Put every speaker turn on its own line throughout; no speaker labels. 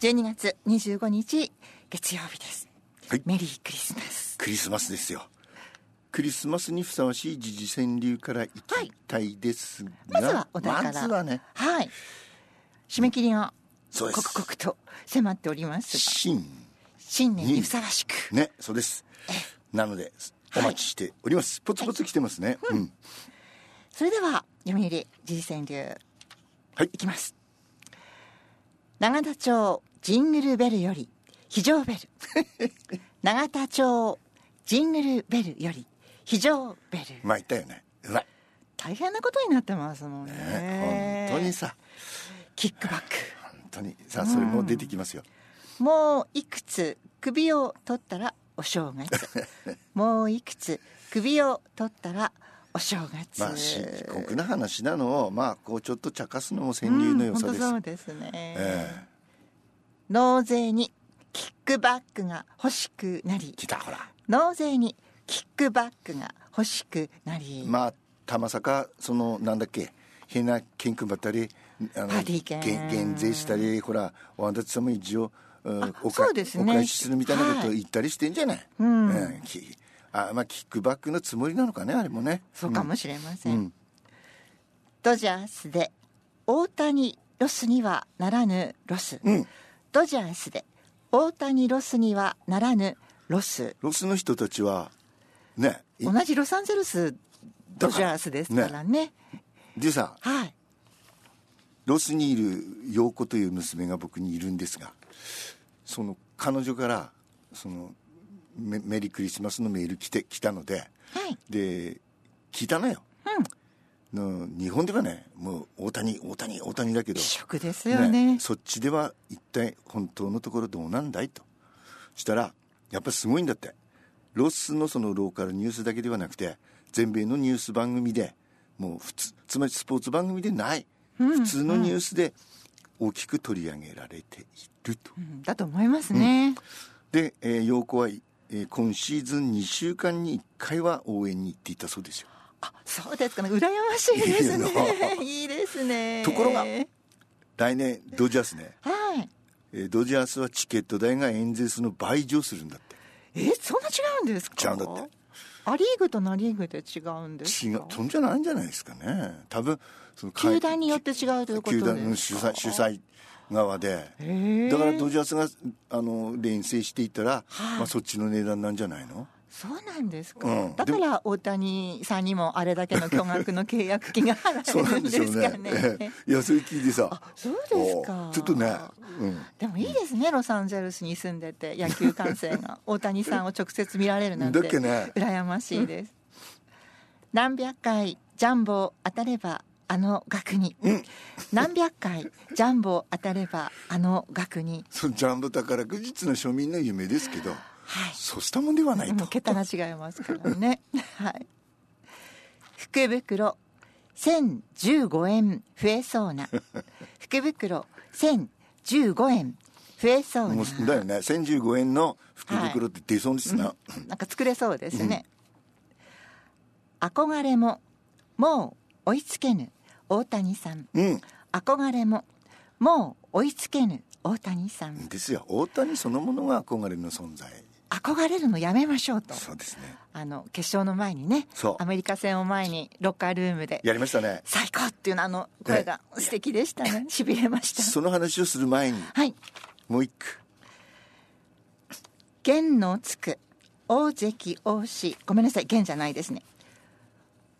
12月25日月曜日です、
はい
メリークリスマス
クリスマスですよクリスマスにふさわしい時事川柳からいきたいですが、
まずはお題から
まずはね
はい締め切りが
そうです
刻々と迫っておりますが
新
新年にふさわしく、
ねそうですなのでお待ちしております、ポツポツ来てますね、うん
それでは読売時事川柳
はい
いきます永田町ジングルベルより非常 ベル永田町ジングルベルより非常ベル
まあ言ったよねうまい、
大変なことになってますもんね
ね本当にさ
キックバック
本当にさあそれも出てきますよ、
もういくつ首を取ったらお正月 もういくつ首を取ったらお正月
まあ深刻な話なのをまあこうちょっと茶化すのも川柳の良さです、
うん本当そうですね、
え
納税にキックバックが欲しくなり
え来たほら
納税にキックバックが欲しくなり、
まあたまさかそのなんだっけ変な献金ばったりあの
ハリケーン
減減税したりほらおあんたち様一応うんおか
そうですね
お返しするみたいなことを
はい
言ったりしてんじゃない、
ん
うんきあまあキックバックのつもりなのかねあれもね
そうか
も、
もしれま
う
せ
ん
ん、
うん
ドジャースで大谷ロスにはならぬロス、
うん
ドジャースで大谷ロスにはならぬロス
ロスの人たちはねい
同じロサンゼルスドジャースですからね
でさ
はい
ロスにいる陽子という娘が僕にいるんですがその彼女からそのメメリークリスマスのメール来て来たので
はい
で聞いたのよ、の日本ではねもう大谷大谷大谷だけど
異色ですよね
そっちでは一体本当のところどうなんだいとしたらやっぱすごいんだってロスのそのローカルニュースだけではなくて全米のニュース番組でもう普通つまりスポーツ番組でない、普通のニュースで大きく取り上げられていると。
うんだと思いますね、
で、えー、陽子は、えー今シーズン2週間に1回は応援に行っていたそうですよ。
あそうですかね羨ましいですねいいですね
ところが
はい
来年ドジャースね、えードジャースはチケット代がエンゼルスの倍以上するんだって
えそんな違うんですか
違うんだって
ア・リーグとナ・リーグで違うんです
違う
か
そんじゃないんじゃないですかね多分その
球団によって違うということです
球
か
団の主催主催側で
へえ
だからドジャースがあの連戦していったら、
はい
まあ、そっちの値段なんじゃないの
そうなんですか、
うん
だから大谷さんにもあれだけの巨額の契約金が
そう
払える
なん
ん
で
ですす
よ
か
ね
ね
ええいやそれ聞いてさ
そうですか
おちょっとね、うん、
でもいいですねロサンゼルスに住んでて野球観戦 が大谷さんを直接見られるなんて
だっけね
羨ましいです何百回ジャンボ当たればあの額に、何百回ジャンボ当たればあの額に
そのジャンボ宝くじっつうのは庶民の夢ですけど、
はい
そうしたもんではない
もう
と
桁が違いますからねはい福袋1015円増えそう な福袋1015円増えそう
も
な
うだよね1015円の福袋って出そうですな、
なんか作れそうですね、憧れももう追いつけぬ大谷さん
うん
憧れももう追いつけぬ大谷さん
ですよ大谷そのものが憧れの存在
憧れるのやめましょうと
そうですね
あの決勝の前にね
そう
アメリカ戦を前にロッカールームで
やりましたね
最高っていうのあの声が素敵でしたねしびれました
その話をする前に
はい
もう一句
元のつく大関王子ごめんなさい元じゃないですね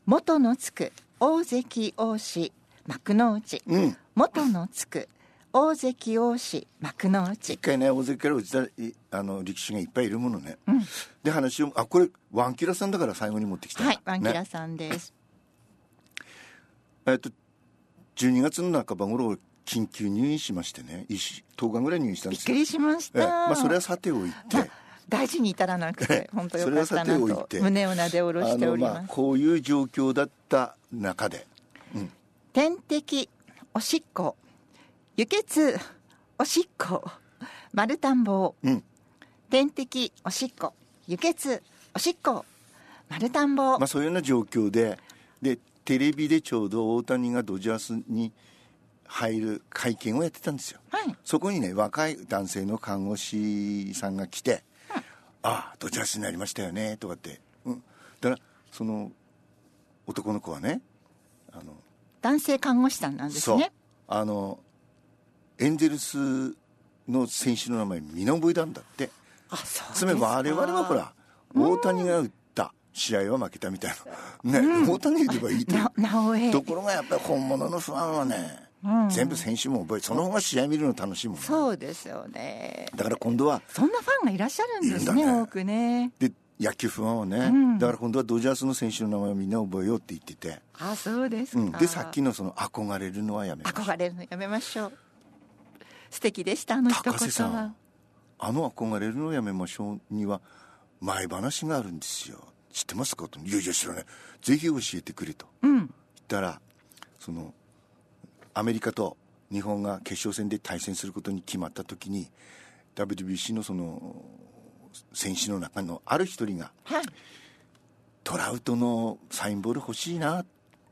元のつく大関王子幕の内、
うん
元のつく大関王子幕の
一
内
回ね大関から落ちたいあの力士がいっぱいいるものね、で話をあこれワンキラさんだから最後に持ってきた
はいワンキ
ね
ラさんです、
えっと、12月の半ば頃緊急入院しましてね一週10日ぐらい入院したん
びっ
です
く
よ
りしまし
ええ
た、
まあ、それはさておい
まあ
て
大事に至らなくて本当よかった
それ
な
はさておい
と
て
胸をなで下ろしております、
あのあ、こういう状況だった中で
点滴おしっこ輸血おしっこ丸田んぼ
うん
点滴おしっこ輸血おしっこ丸田んぼ、
まあ、そういうような状況ででテレビでちょうど大谷がドジャースに入る会見をやってたんですよ、
はい
そこにね若い男性の看護師さんが来て「ああどちらしになりましたよね」とかって、うん、だからその男の子はねあの
男性看護師さんなんです
そう
ね
あのエンゼルスの選手の名前見覚えたんだって
あそうです
つまり我々はほら大谷が打った試合は負けたみたいな、ね大谷打てばいいと
な直江
ところがやっぱり本物のファンはね、全部選手も覚えその方が試合見るの楽しいもんね
そうですよね
だから今度は
そんなファンがいらっしゃるんです
い
ね
るんだね
多くね
で野球ファンはね、だから今度はドジャースの選手の名前をみんな覚えようって言ってて、
あそうです
う
か、
ん、でさっきのその憧れるのはやめました
憧れるのやめましょう素敵でしたあの一
高瀬さ
言は
んあの憧れるのをやめましょうには前話があるんですよ知ってますかと「いやいや知らないぜひ教えてくれ」と言ったらそのアメリカと日本が決勝戦で対戦することに決まった時に WBC のその選手の中のある一人が
はい
トラウトのサインボール欲しいな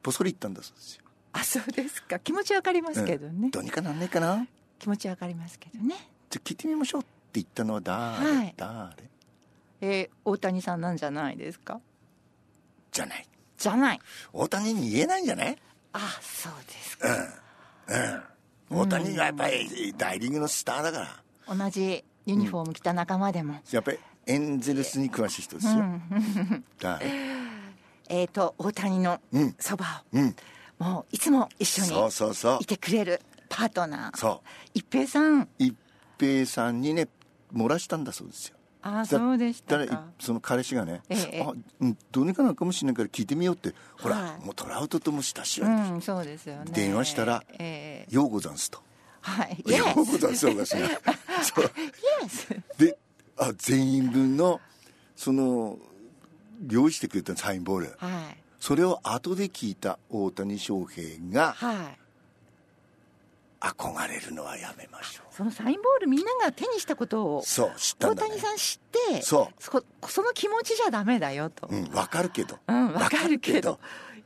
ぽそり言ったんだそうですよ
あそうですか気持ちわかりますけどね、
うんどうにかなんないかな
気持ちわかりますけどね
じゃあ聞いてみましょうって言ったのは誰、
はい
誰
えー大谷さんなんじゃないですか
じゃない
じゃない
大谷に言えないんじゃない
あそうですか、
大谷がやっぱり大リーグのスターだから
同じユニフォーム着た仲間でも、
やっぱりエンゼルスに詳しい人ですよ、だから
えー、と大谷の
うん
そばを、
うん
もういつも 一緒に
そうそうそう
いてくれるパートナー
そう
一平さん
一平さんにね漏らしたんだそうですよ
ああそうでした
だからい
か
その彼氏がね、
ええ
あうんどうにかなんかもしれないから聞いてみようってほら、
はい
もうトラウトとも親しいわけ
うんそうですよね
電話したら
えー
ようござんすと
はいイエ
ようご
ス
ざんすおかし いなそう
イエス
であ全員分のその用意してくれたサインボール
はい
それを後で聞いた大谷翔平が
はい
憧れるのはやめましょ
そのサインボールみんなが手にしたことを
うそう知った
大
んだ、ね、
谷さん知って
そう
こその気持ちじゃダメだよと
うんわかるけど
うんわかるけど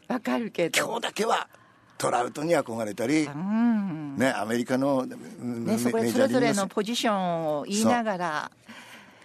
わかるけ
今
ど
日だけはトラウトに憧れたり、
うん
ね、アメリカの、うん
ねそこでそれぞれのポジションを言いながら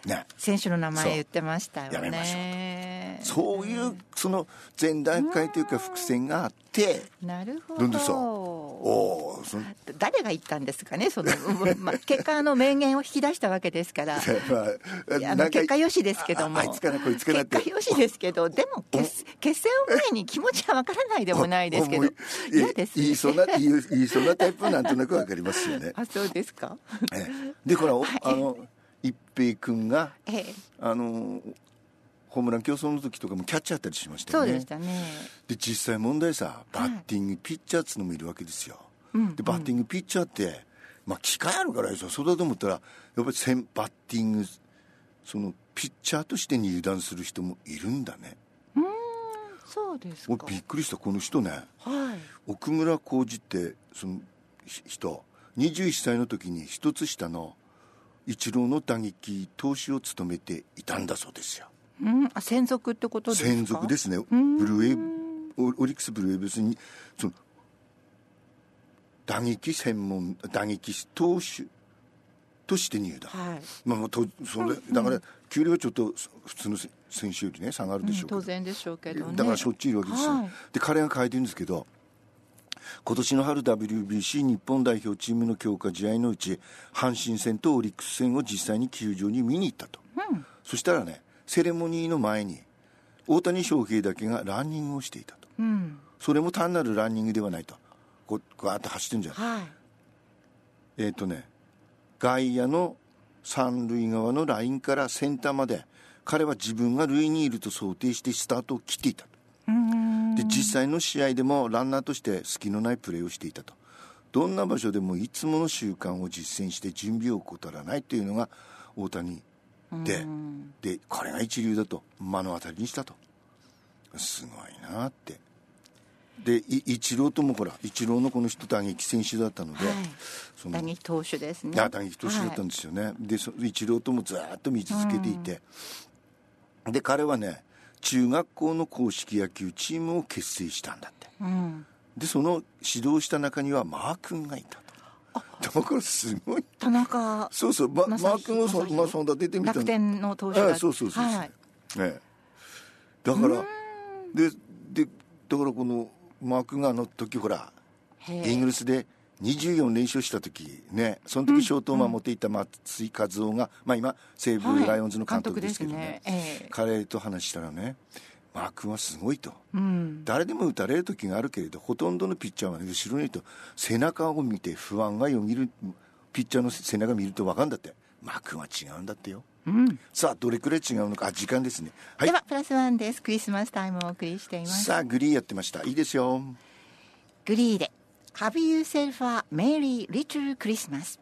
ね
選手の名前言ってましたよ
そうやめましょ
ね
そういうその前段階というか伏線があって
なるほ
なんでさ
ど
おおその
誰が言ったんですかねそ の、うんまあ、結果あの名言を引き出したわけですからいや
ま
あ
あ
の結果よしですけども
ああいつかなこいつかなっ
結
て
果よしですけどでも決決戦を前に気持ちはわからないでもないですけ
思
ど
い
嫌です
言い
ね
そうな言い言いそうなタイプはなんとなくわかりま すよね
あそうですか
ええでほらおあの一平君が
ええ
あのホームラン競争の時とかもキャッチャーやったりしました
そ
よ
う
ね
でしたね
で実際問題さバッティングピッチャーっつうのもいるわけですよ、でバッティングピッチャーって、まあ、機会あるからですよそうだと思ったらやっぱり先バッティングそのピッチャーとして入団する人もいるんだね
そうです
俺
か
びっくりしたこの人ね
はい
奥村浩二ってそのひ人21歳の時に一つ下の一郎の打撃投手を務めていたんだそうですよ
うんあ専属ってことですか
専属ですねブルーエオオリックスブルーエブスにその打撃専門打撃投手として入団、
はい
まあ、もうとそれだから給料はちょっとそ普通のせ選手よりね下があるでしょうけど、
当然でしょうけどね
だからしょっちゅういるわけですよ、
はい
で彼が書いてるんですけど今年の春 WBC 日本代表チームの強化試合のうち阪神戦とオリックス戦を実際に球場に見に行ったと、そしたらねセレモニーの前に大谷翔平だけがランニングをしていたと
うん
それも単なるランニングではないとこうガーッと走ってるんじゃない
はい
えっ、とね外野の三塁側のラインからセンターまで彼は自分が塁にいると想定してスタートを切っていたと
うん
で実際の試合でもランナーとして隙のないプレーをしていたとどんな場所でもいつもの習慣を実践して準備を怠らないというのが大谷ででこれが一流だと目の当たりにしたとすごいなってでい一郎ともほら一郎のこの人打撃選手だったので、
はい
その
打撃投手ですね
いや打撃投手だったんですよね、でそ一郎ともずーっと見続けていて、で彼はね中学校の硬式野球チームを結成したんだって、
はいうん
でその指導した中にはマー君がいたとだからすごい
田中
そうそう、ま、マ
正
ー君をそ,、
正
まあ、そんな出てみた
楽天の投手
え
が
えそうそうそうそう、
はい
ええだからででだからこのマークがあの時ほら
へえ
イングルスで24連勝した時ねその時ショートを守っていた松井一夫が、まあ、今西
は
武
い
ライオンズの監督ですけどね,、
監督ですねええ
彼と話したらねマー君はすごいと、
うん
誰でも打たれる時があるけれどほとんどのピッチャーはね、後ろにいると背中を見て不安がよぎるピッチャーの背中見ると分かるんだってマー君は違うんだってよ
うん
さあどれくらい違うのかあ時間ですねはい
ではプラスワンですクリスマスタイムをお送りしています
さあグリーやってましたいいですよ
グリーで Have yourself a merry little Christmas